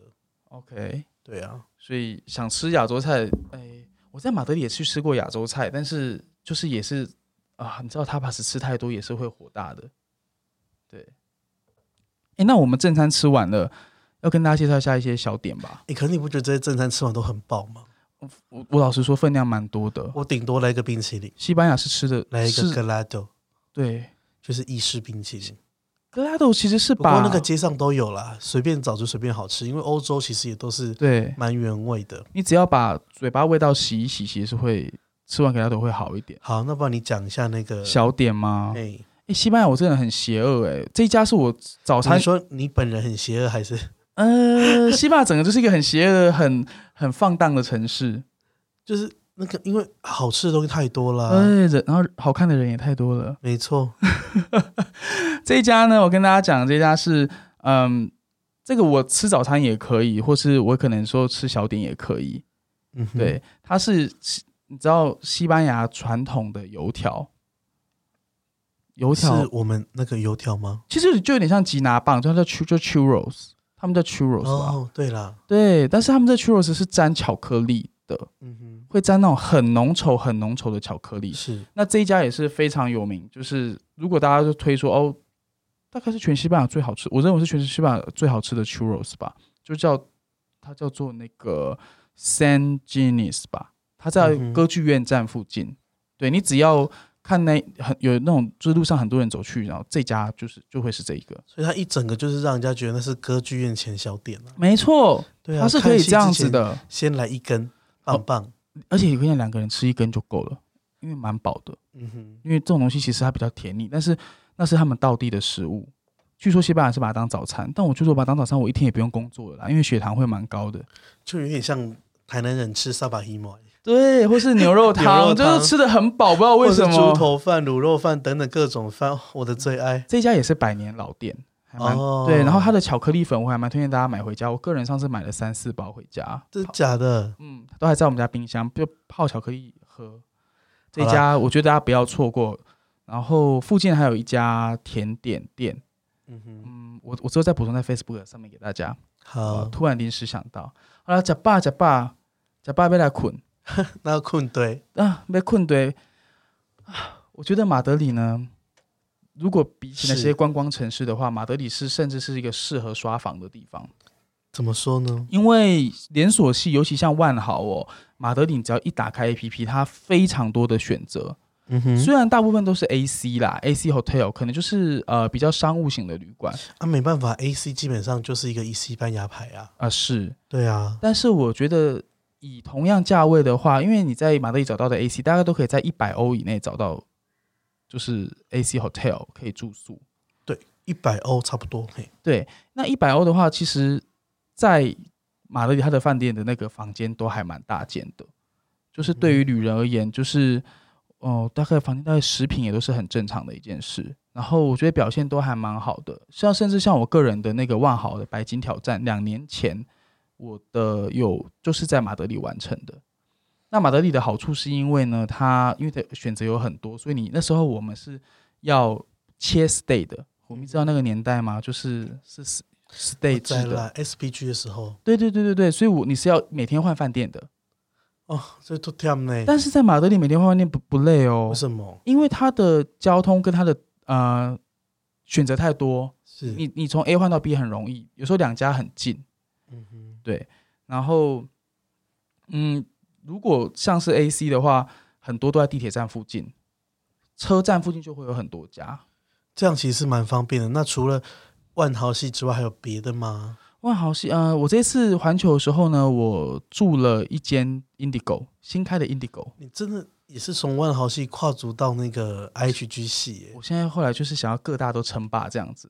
Speaker 2: ，OK。
Speaker 1: 对啊，
Speaker 2: 所以想吃亚洲菜，哎，我在马德里也去吃过亚洲菜，但是就是也是啊，你知道 tapas 吃太多也是会火大的，对。哎，那我们正餐吃完了，要跟大家介绍一下一些小点吧。
Speaker 1: 诶，欸可是你不觉得这些正餐吃完都很饱吗？
Speaker 2: 我我老实说，分量蛮多的。
Speaker 1: 我顶多来一个冰淇淋，
Speaker 2: 西班牙是吃的，
Speaker 1: 来一个
Speaker 2: 是
Speaker 1: Galado，
Speaker 2: 对
Speaker 1: 就是意式冰淇淋。
Speaker 2: ，Glado 其实是
Speaker 1: 不过
Speaker 2: 把
Speaker 1: 那个街上都有啦，随便找就随便好吃，因为欧洲其实也都是
Speaker 2: 对
Speaker 1: 蛮原味的。
Speaker 2: 你只要把嘴巴味道洗一洗，其实是会吃完 Glado 会好一点。
Speaker 1: 好，那不然你讲一下那个，
Speaker 2: 小点吗？哎、
Speaker 1: 呃哎，
Speaker 2: 西班牙我真的很邪恶哎、这一家是我早餐
Speaker 1: 你说你本人很邪恶还是？
Speaker 2: 呃，西班牙整个就是一个很邪恶、很很放荡的城市，
Speaker 1: 就是那个，因为好吃的东西太多啦。
Speaker 2: 对，哎人然后好看的人也太多了。
Speaker 1: 没错，
Speaker 2: 这一家呢，我跟大家讲，这一家是嗯，这个我吃早餐也可以，或是我可能说吃小点也可以。
Speaker 1: 嗯哼，
Speaker 2: 对，它是你知道西班牙传统的油条，油
Speaker 1: 是
Speaker 2: 条
Speaker 1: 我们那个油条吗？
Speaker 2: 其实就有点像吉拿棒，就叫 chu 就 churros，他们叫 churros 吧？
Speaker 1: 哦，对啦，
Speaker 2: 对，但是他们这 churros 是沾巧克力的。
Speaker 1: 嗯
Speaker 2: 会沾那种很浓稠、很浓稠的巧克力
Speaker 1: 哼，。是
Speaker 2: 那这一家也是非常有名，就是如果大家就推说哦，大概是全西班牙最好吃，我认为是全西班牙最好吃的 churros 吧，就叫它叫做那个 San Ginis 吧，它在
Speaker 1: 嗯哼
Speaker 2: 歌剧院站附近。对你只要看那很有那种就是路上很多人走去，然后这家就是就会是这一个，
Speaker 1: 所以它一整个就是让人家觉得那是歌剧院前小店啊。
Speaker 2: 没错，
Speaker 1: 对啊，
Speaker 2: 它是可以这样子，的，
Speaker 1: 先来一根
Speaker 2: 哦
Speaker 1: 棒棒，
Speaker 2: 而且我跟你讲，两个人吃一根就够了，因为蛮饱的。
Speaker 1: 嗯哼，
Speaker 2: 因为这种东西其实它比较甜腻，但是那是他们道地的食物。据说西班牙是把它当早餐，但我就说把它当早餐，我一天也不用工作了啦，因为血糖会蛮高的。
Speaker 1: 就有点像台南人吃萨巴希莫。
Speaker 2: 对，或是 牛肉
Speaker 1: 牛
Speaker 2: 汤，
Speaker 1: 肉
Speaker 2: 就
Speaker 1: 汤
Speaker 2: 是吃的很饱，不知道为什
Speaker 1: 或是猪
Speaker 2: 么。
Speaker 1: 头饭、卤肉饭等等各种饭，我的最爱。
Speaker 2: 这家也是百年老店，还蛮、
Speaker 1: 哦
Speaker 2: 对。然后它的巧克力粉我还蛮推荐大家买回家，我个人上次买了三四包回家，
Speaker 1: 真的假的？
Speaker 2: 嗯，都还在我们家冰箱，就泡巧克力喝。这
Speaker 1: 好啦
Speaker 2: 家我觉得大家不要错过。然后附近还有一家甜点店，
Speaker 1: 嗯哼，
Speaker 2: 嗯，我我之后再补充在 Facebook 上面给大家。啊
Speaker 1: 好，
Speaker 2: 突然临时想到，好了，食饱食饱食饱要来困
Speaker 1: 那困对，
Speaker 2: 啊，要困对啊。我觉得马德里呢，如果比起那
Speaker 1: 是
Speaker 2: 些观光城市的话，马德里是甚至是一个适合刷房的地方，
Speaker 1: 怎么说呢？
Speaker 2: 因为连锁系，尤其像万豪哦，马德里你只要一打开 APP，它非常多的选择。
Speaker 1: 嗯哼，
Speaker 2: 虽然大部分都是 AC 啦，AC hotel 可能就是呃比较商务型的旅馆
Speaker 1: 啊，没办法，A C 基本上就是一个西班牙牌啊。
Speaker 2: 啊、是
Speaker 1: 对啊，
Speaker 2: 但是我觉得以同样价位的话，因为你在马德里找到的 AC，大概都可以在一百欧以内找到，就是 AC hotel 可以住宿。
Speaker 1: 一百欧差不多。嘿，
Speaker 2: 对，那一百欧的话，其实，在马德里它的饭店的那个房间都还蛮大间的，就是对于旅人而言，就是哦、大概房间大概十平也都是很正常的一件事。然后我觉得表现都还蛮好的，像甚至像我个人的那个万豪的白金挑战，两年前我的有就是在马德里完成的。那马德里的好处是因为呢，它因为的选择有很多，所以你那时候我们是要切 stay 的。我们知道那个年代嘛，就是是 stay 制
Speaker 1: 在
Speaker 2: 的。
Speaker 1: 来 SPG 的时候，
Speaker 2: 对对对对对，所以我你是要每天换饭店的，
Speaker 1: 哦，所以都 t i 呢？
Speaker 2: 但是在马德里每天换饭店不不累哦
Speaker 1: 为，什么？
Speaker 2: 因为它的交通跟它的呃选择太多，
Speaker 1: 是，
Speaker 2: 你你从 A 换到 B 很容易，有时候两家很近，
Speaker 1: 嗯哼，
Speaker 2: 对，然后，嗯，如果像是 A C 的话，很多都在地铁站附近，车站附近就会有很多家。
Speaker 1: 这样其实蛮方便的。那除了万豪系之外，还有别的吗？
Speaker 2: 万豪系，呃，我这次环球的时候呢，我住了一间 Indigo 新开的 Indigo。
Speaker 1: 你真的也是从万豪系跨足到那个 IHG 系耶？
Speaker 2: 我现在后来就是想要各大都称霸这样子，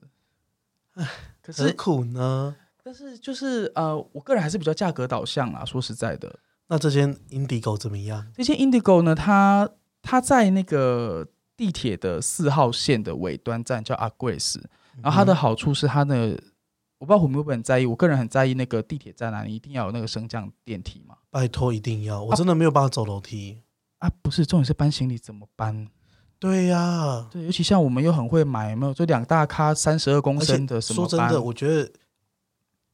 Speaker 1: 何
Speaker 2: 可是
Speaker 1: 苦呢？
Speaker 2: 但是就是呃，我个人还是比较价格导向啦。说实在的，
Speaker 1: 那这间 Indigo 怎么样？
Speaker 2: 这间 Indigo 呢，它它在那个地铁的四号线的尾端站叫 a g r e s
Speaker 1: 嗯
Speaker 2: 然后它的好处是它的，我不知道虎们有没有很在意，我个人很在意那个地铁站啊，你一定要有那个升降电梯嘛。
Speaker 1: 拜托一定要，我真的没有办法走楼梯。
Speaker 2: 啊，不是，重点是搬行李怎么搬？
Speaker 1: 对呀、
Speaker 2: 对，尤其像我们又很会买，有没有？就两大咖三十二公
Speaker 1: 而
Speaker 2: 升的
Speaker 1: 且
Speaker 2: 什
Speaker 1: 说
Speaker 2: 么
Speaker 1: 真
Speaker 2: 搬？
Speaker 1: 的，我觉得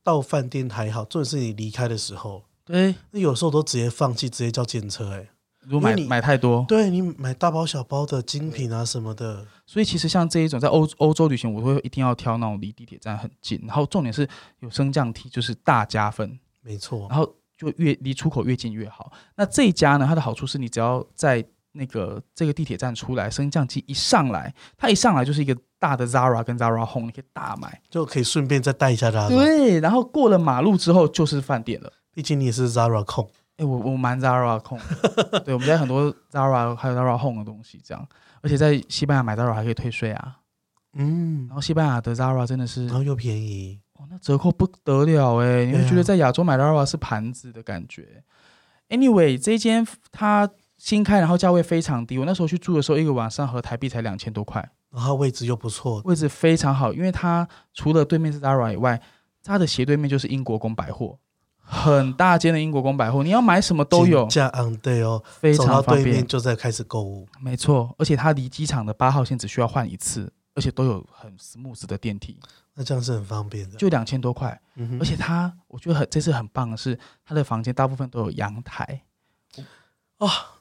Speaker 1: 到饭店还好，重点是你离开的时候，
Speaker 2: 对，
Speaker 1: 那有时候都直接放弃，直接叫检车、哎，
Speaker 2: 如果
Speaker 1: 因为
Speaker 2: 买
Speaker 1: 你
Speaker 2: 买太多，
Speaker 1: 对你买大包小包的精品啊什么的，
Speaker 2: 所以其实像这一种在欧欧洲旅行，我会一定要挑那种离地铁站很近，然后重点是有升降梯，就是大加分。
Speaker 1: 没错
Speaker 2: 然。后就越离出口越近越好。那这一家呢，它的好处是你只要在那个这个地铁站出来，升降机一上来，它一上来就是一个大的 Zara 跟 Zara Home，你可以大买。
Speaker 1: 就可以顺便再带一下他们。
Speaker 2: 对，然后过了马路之后就是饭店了。
Speaker 1: 毕竟你也是 Zara 控，
Speaker 2: 哎，我我蛮 Zara 控的，对，我们家很多 Zara 还有 Zara Home 的东西，这样，而且在西班牙买 Zara 还可以退税啊。
Speaker 1: 嗯
Speaker 2: 然，后西班牙的 Zara 真的是，
Speaker 1: 然后又便宜，
Speaker 2: 哦，那折扣不得了哎、你
Speaker 1: 对
Speaker 2: 会
Speaker 1: 啊
Speaker 2: 觉得在亚洲买 Lara 是盘子的感觉。Anyway，这间它新开，然后价位非常低。我那时候去住的时候，一个晚上合台币才两千多块，
Speaker 1: 然后位置又不错，
Speaker 2: 位置非常好，因为它除了对面是 Lara 以外，它的斜对面就是英国宫 百货，很大间的英国宫百货，你要买什么都有，
Speaker 1: 价 on day 哦，
Speaker 2: 非
Speaker 1: 走到
Speaker 2: 常方
Speaker 1: 对
Speaker 2: 便
Speaker 1: 面。就在开始购物，
Speaker 2: 没错，而且它离机场的八号线只需要换一次，而且都有很 smooth 的电梯，
Speaker 1: 那这样是很方便的。
Speaker 2: 就两千多块。
Speaker 1: 嗯哼
Speaker 2: 而且他，我觉得很这次很棒的是，他的房间大部分都有阳台，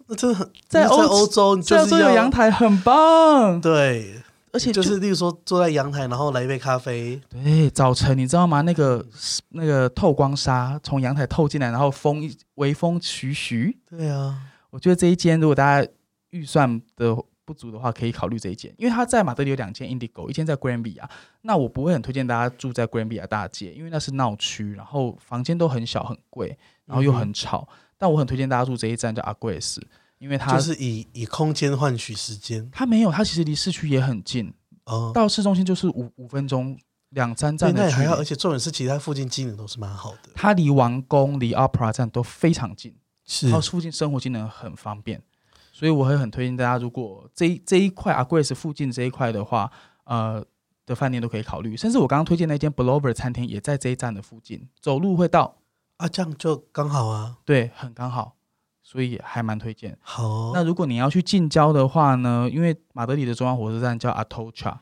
Speaker 1: 那真的很
Speaker 2: 在
Speaker 1: 在
Speaker 2: 欧
Speaker 1: 欧洲，你
Speaker 2: 这
Speaker 1: 就
Speaker 2: 样
Speaker 1: 是
Speaker 2: 都有
Speaker 1: 要
Speaker 2: 阳，台，很棒。
Speaker 1: 对，
Speaker 2: 而且
Speaker 1: 就
Speaker 2: 就是
Speaker 1: 例如说坐在阳台，然后来一杯咖啡，
Speaker 2: 对早晨，你知道吗？那个那个透光纱从阳台透进来，然后风一微风徐徐。
Speaker 1: 对啊，
Speaker 2: 我觉得这一间，如果大家预算的不足的话，可以考虑这一间，因为它在马德里有两间 Indigo，一间在 Granby 啊。那我不会很推荐大家住在 Granby 啊大街，因为那是闹区，然后房间都很小很贵，然
Speaker 1: 嗯
Speaker 2: 后又很吵。但我很推荐大家住这一站叫 Agres，因为它、
Speaker 1: 就是以以空间换取时间
Speaker 2: 它没有，它其实离市区也很近，
Speaker 1: 哦。
Speaker 2: 到市中心就是五五分钟，两三
Speaker 1: 对，
Speaker 2: 站
Speaker 1: 那
Speaker 2: 的
Speaker 1: 也
Speaker 2: 距
Speaker 1: 还好，而
Speaker 2: 离。
Speaker 1: 且重点是，其他附近机能都是蛮好的。
Speaker 2: 它离王宫、离 Opera 站都非常近。
Speaker 1: 是
Speaker 2: 然后附近生活机能很方便，所以我会很推荐大家，如果这一这一块阿贵斯附近这一块的话，呃的饭店都可以考虑，甚至我刚刚推荐那间 Blover 餐厅也在这一站的附近，走路会到，
Speaker 1: 啊，这样就刚好啊，
Speaker 2: 对，很刚好，所以还蛮推荐。
Speaker 1: 好哦，
Speaker 2: 那如果你要去近郊的话呢，因为马德里的中央火车站叫 Atocha，、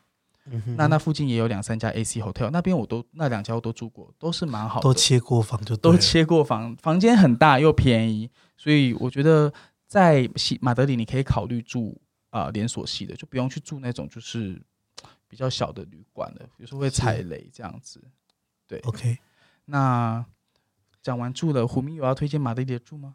Speaker 1: 嗯哼
Speaker 2: 那那附近也有两三家 AC hotel，那边我都那两家我都住过，都是蛮好的，
Speaker 1: 都切过房就对
Speaker 2: 都
Speaker 1: 了
Speaker 2: 切过房，房间很大又便宜，所以我觉得在西马德里你可以考虑住啊、呃连锁系的，就不用去住那种就是比较小的旅馆了，有时候会踩雷这样子。
Speaker 1: OK。
Speaker 2: 那讲完住了，虎明有要推荐马德里的住吗？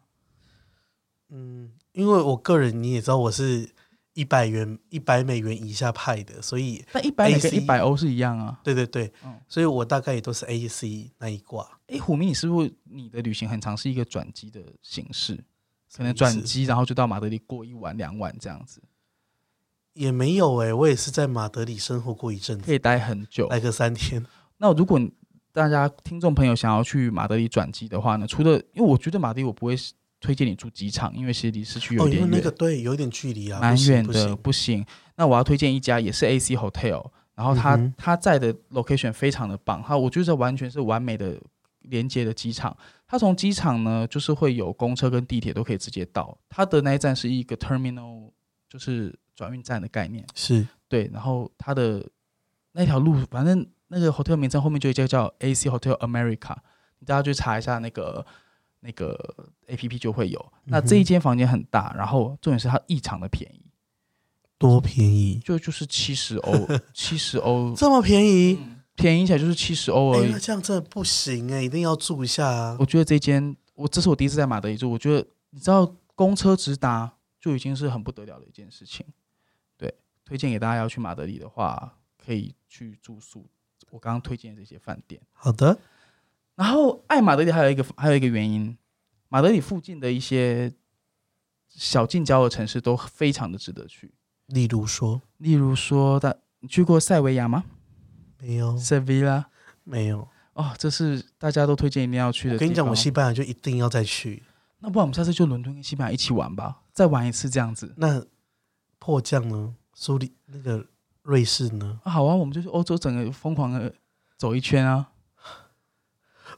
Speaker 1: 嗯，因为我个人你也知道我是一百元一百美元以下派的，所以
Speaker 2: 但一百里
Speaker 1: AC
Speaker 2: 哎跟一百欧是一样啊。
Speaker 1: 对对对，
Speaker 2: 嗯
Speaker 1: 所以我大概也都是 A C 那一挂，
Speaker 2: 诶，哎虎明，你是不是你的旅行很长是一个转机的形式？可能
Speaker 1: 什
Speaker 2: 转
Speaker 1: 么意思
Speaker 2: 机，然后就到马德里过一晚两晚这样子，
Speaker 1: 也没有哎、我也是在马德里生活过一阵
Speaker 2: 可
Speaker 1: 子，
Speaker 2: 以待很久。
Speaker 1: 来个三天。
Speaker 2: 那如果你大家听众朋友想要去马德里转机的话呢，除了因为我觉得马德里我不会推荐你住机场，因为其实离市区有
Speaker 1: 哦，因
Speaker 2: 点
Speaker 1: 为
Speaker 2: 远，
Speaker 1: 那个对有一点距离啊，
Speaker 2: 蛮
Speaker 1: 不行
Speaker 2: 远
Speaker 1: 不
Speaker 2: 的，
Speaker 1: 行。
Speaker 2: 不行。那我要推荐一家也是 AC Hotel，然后它、
Speaker 1: 嗯哼
Speaker 2: 它在的 location 非常的棒，它我觉得这完全是完美的连接的机场。它从机场呢，就是会有公车跟地铁都可以直接到。它的那一站是一个 terminal，就是转运站的概念。
Speaker 1: 是
Speaker 2: 对，然后它的那条路，反正那个 hotel 名称后面就有一家叫 AC Hotel America，大家去查一下那个那个 APP 就会有。
Speaker 1: 嗯
Speaker 2: 那这一间房间很大，然后重点是它异常的便宜，
Speaker 1: 多便宜，
Speaker 2: 就就是七 十欧，七十欧
Speaker 1: 这么便宜？
Speaker 2: 便宜起来就是七十欧
Speaker 1: 哎、
Speaker 2: 而已
Speaker 1: 那。这样真的不行哎、一定要住一下啊！
Speaker 2: 我觉得这间，我这是我第一次在马德里住，我觉得你知道公车直达就已经是很不得了的一件事情。对，推荐给大家要去马德里的话，可以去住宿我刚刚推荐的这些饭店。
Speaker 1: 好的，
Speaker 2: 然后爱马德里还有一个还有一个原因，马德里附近的一些小近郊的城市都非常的值得去，
Speaker 1: 例如说
Speaker 2: 例如说大你去过塞维亚吗
Speaker 1: 没有
Speaker 2: ？Sevilla
Speaker 1: 没有，
Speaker 2: 哦，这是大家都推荐一定要去的。
Speaker 1: 我跟你讲，我西，班牙就一定要再去。
Speaker 2: 那不然我们下次就伦敦跟西班牙一起玩吧，再玩一次这样子
Speaker 1: 那迫降呢？苏黎那个瑞士呢？
Speaker 2: 啊，好啊，我们就去欧洲整个疯狂的走一圈啊。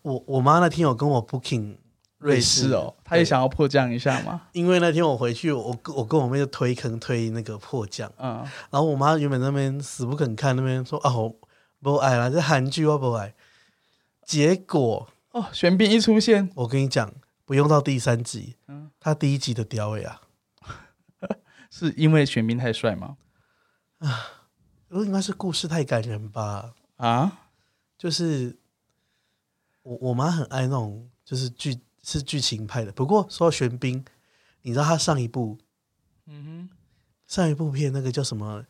Speaker 1: 我我妈那天有跟我 booking 瑞士
Speaker 2: 瑞士哦，他也，想要迫降一下 嘛，
Speaker 1: 对因为那天我回去，我跟我跟我妹就推坑推那个迫降，
Speaker 2: 嗯，
Speaker 1: 然后我妈原本那边死不肯看，那边说啊我不爱啦，这韩剧我不爱。结果
Speaker 2: 哦，玄彬一出现，
Speaker 1: 我跟你讲，不用到第三集，
Speaker 2: 嗯
Speaker 1: 他第一集的屌尾啊，
Speaker 2: 是因为玄彬太帅吗？
Speaker 1: 我应该是故事太感人吧，
Speaker 2: 啊，
Speaker 1: 就是我我妈很爱那种就是剧是剧情派的。不过说到玄彬，你知道他上一部
Speaker 2: 嗯
Speaker 1: 上一部片那个叫什么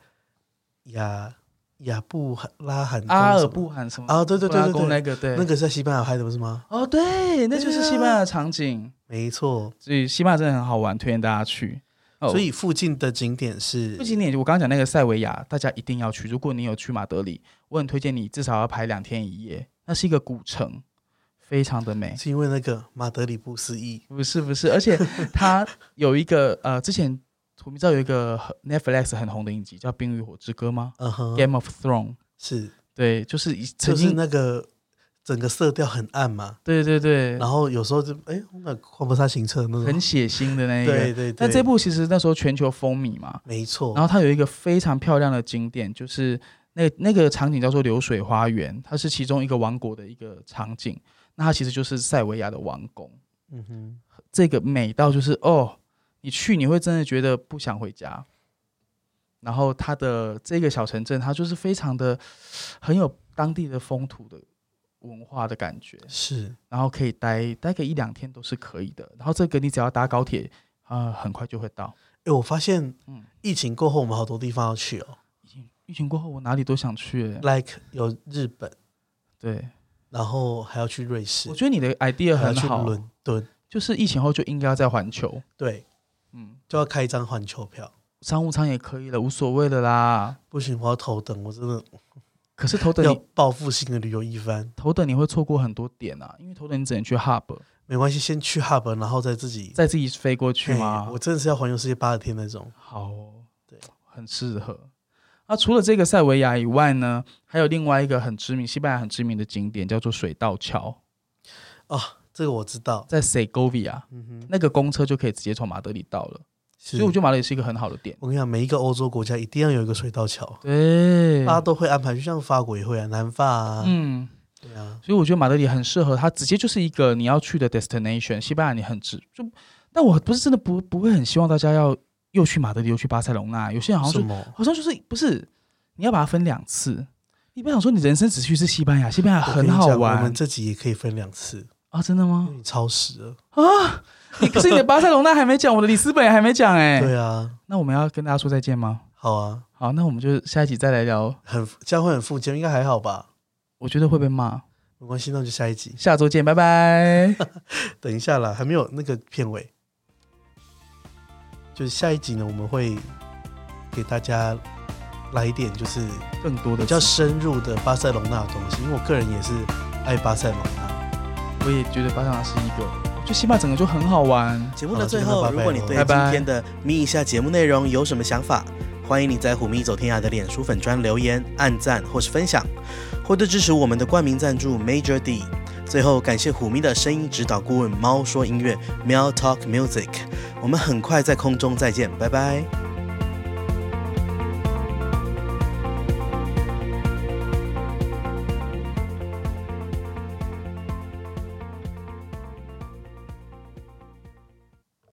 Speaker 1: 雅雅布拉罕宫
Speaker 2: 哼，阿
Speaker 1: 什
Speaker 2: 尔
Speaker 1: 么
Speaker 2: 布罕什么
Speaker 1: 啊对对对对
Speaker 2: 布拉宫
Speaker 1: 对
Speaker 2: 那个对
Speaker 1: 那个是在西班牙拍的不是吗？
Speaker 2: 哦，对，那就是
Speaker 1: 对啊
Speaker 2: 西班牙的场景，
Speaker 1: 没错，
Speaker 2: 所以西班牙真的很好玩，推荐大家去。哦
Speaker 1: 所以附近的景点是
Speaker 2: 不仅仅我刚刚讲那个塞维亚，大家一定要去。如果你有去马德里，我很推荐你至少要排两天一夜，那是一个古城，非常的美。
Speaker 1: 是因为那个马德里不思议
Speaker 2: 不是不是，而且它有一个 呃，之前我们知道有一个很 Netflix 很红的影集叫《冰与火之歌》吗、
Speaker 1: 嗯哼
Speaker 2: g，a m e of Thrones。
Speaker 1: 是
Speaker 2: 对，就是以曾
Speaker 1: 就是
Speaker 2: 经、
Speaker 1: 那个整个色调很暗嘛，
Speaker 2: 对对对，
Speaker 1: 然后有时候就哎那狂不杀行车那
Speaker 2: 很
Speaker 1: 种，
Speaker 2: 血腥的那一个。
Speaker 1: 对对
Speaker 2: 但
Speaker 1: 对，
Speaker 2: 这部其实那时候全球风靡嘛，
Speaker 1: 没错，
Speaker 2: 然后它有一个非常漂亮的景点，就是那那个场景叫做流水花园，它是其中一个王国的一个场景。那它其实就是塞维亚的王宫，
Speaker 1: 嗯哼，
Speaker 2: 这个美到就是哦，你去你会真的觉得不想回家。然后它的这个小城镇，它就是非常的很有当地的风土的文化的感觉，
Speaker 1: 是。
Speaker 2: 然后可以待待个一两天都是可以的。然后这个你只要搭高铁，啊，很快就会到。
Speaker 1: 哎、我发现
Speaker 2: 嗯，
Speaker 1: 疫情过后，我们好多地方要去哦
Speaker 2: 疫情疫情过后，我哪里都想去、欸。
Speaker 1: ，like 有日本，
Speaker 2: 对，
Speaker 1: 然后还要去瑞士
Speaker 2: 我，觉得你的 idea
Speaker 1: 还要
Speaker 2: 很
Speaker 1: 去
Speaker 2: 好，
Speaker 1: 伦敦，
Speaker 2: 就是疫情后就应该要在环球，
Speaker 1: 对，
Speaker 2: 嗯，
Speaker 1: 就要开一张环球票。
Speaker 2: 商务舱也可以了，无所谓的啦。
Speaker 1: 不行，我要头等，我真的
Speaker 2: 可是头等
Speaker 1: 要
Speaker 2: 你
Speaker 1: 报复性的旅游一番。
Speaker 2: 头等你会错过很多点啊，因为头等你只能去 hub，
Speaker 1: 没关系，先去 hub，然后再自己
Speaker 2: 再自己飞过去
Speaker 1: 嘿
Speaker 2: 吗
Speaker 1: 哎我？真的是要环游世界八十天那种。
Speaker 2: 好、哦，
Speaker 1: 对，
Speaker 2: 很适合。那、除了这个塞维亚以外呢，还有另外一个很知名，西班牙很知名的景点叫做水道桥，
Speaker 1: 这个我知道。
Speaker 2: 在 Segovia，
Speaker 1: 嗯哼，
Speaker 2: 那个公车就可以直接从马德里到了，
Speaker 1: 所
Speaker 2: 所以我觉得马德里是一个很好的点。
Speaker 1: 我跟你讲，每一个欧洲国家一定要有一个水道桥，
Speaker 2: 对
Speaker 1: 大，家都会安排，就像法国也会啊，南法啊，
Speaker 2: 嗯，
Speaker 1: 对啊，
Speaker 2: 所以我觉得马德里很适合，它直接就是一个你要去的 destination。西班牙你很值就，但我不是真的不不会很希望大家要又去马德里又去巴塞隆纳，有些人好像
Speaker 1: 什
Speaker 2: 就
Speaker 1: 么？
Speaker 2: 好像就是啊不是你要把它分两次，你不要想说你人生只去一次西班牙，西班牙
Speaker 1: 我跟
Speaker 2: 很
Speaker 1: 你
Speaker 2: 好
Speaker 1: 讲我
Speaker 2: 玩
Speaker 1: 们这集也可以分两次，
Speaker 2: 啊，真的
Speaker 1: 因
Speaker 2: 吗
Speaker 1: 为？你超时了。
Speaker 2: 你可是你的巴塞隆纳还没讲，我的里斯本也还没讲哎、
Speaker 1: 对啊，
Speaker 2: 那我们要跟大家说再见吗？
Speaker 1: 好啊，
Speaker 2: 好，那我们就下一集再来聊。
Speaker 1: 很这样会很附件，应该还好吧？
Speaker 2: 我觉得会被骂，
Speaker 1: 没关系，那就下一集，
Speaker 2: 下周见，拜拜。
Speaker 1: 等一下啦，还没有那个片尾。就是下一集呢，我们会给大家来一点就是
Speaker 2: 更多的
Speaker 1: 比较
Speaker 2: 词
Speaker 1: 深入的巴塞隆纳的东西，因为我个人也是爱巴塞隆纳。
Speaker 2: 我也觉得巴塞罗那是一个，我觉得西班牙整个就很好玩。
Speaker 3: 嗯节目
Speaker 1: 好
Speaker 3: 的
Speaker 1: 今
Speaker 3: 最
Speaker 1: 天拜
Speaker 3: 后，
Speaker 1: 拜
Speaker 3: 如果你
Speaker 2: 拜
Speaker 3: 对今
Speaker 2: 拜
Speaker 3: 天的咪一下节目内容有什么想法，欢迎你在虎咪走天涯的脸书粉专留言、按赞或是分享，或者支持我们的冠名赞助 Major D。最后，感谢虎咪的声音指导顾问猫说音乐 Meow Talk Music。我们很快在空中再见，拜拜。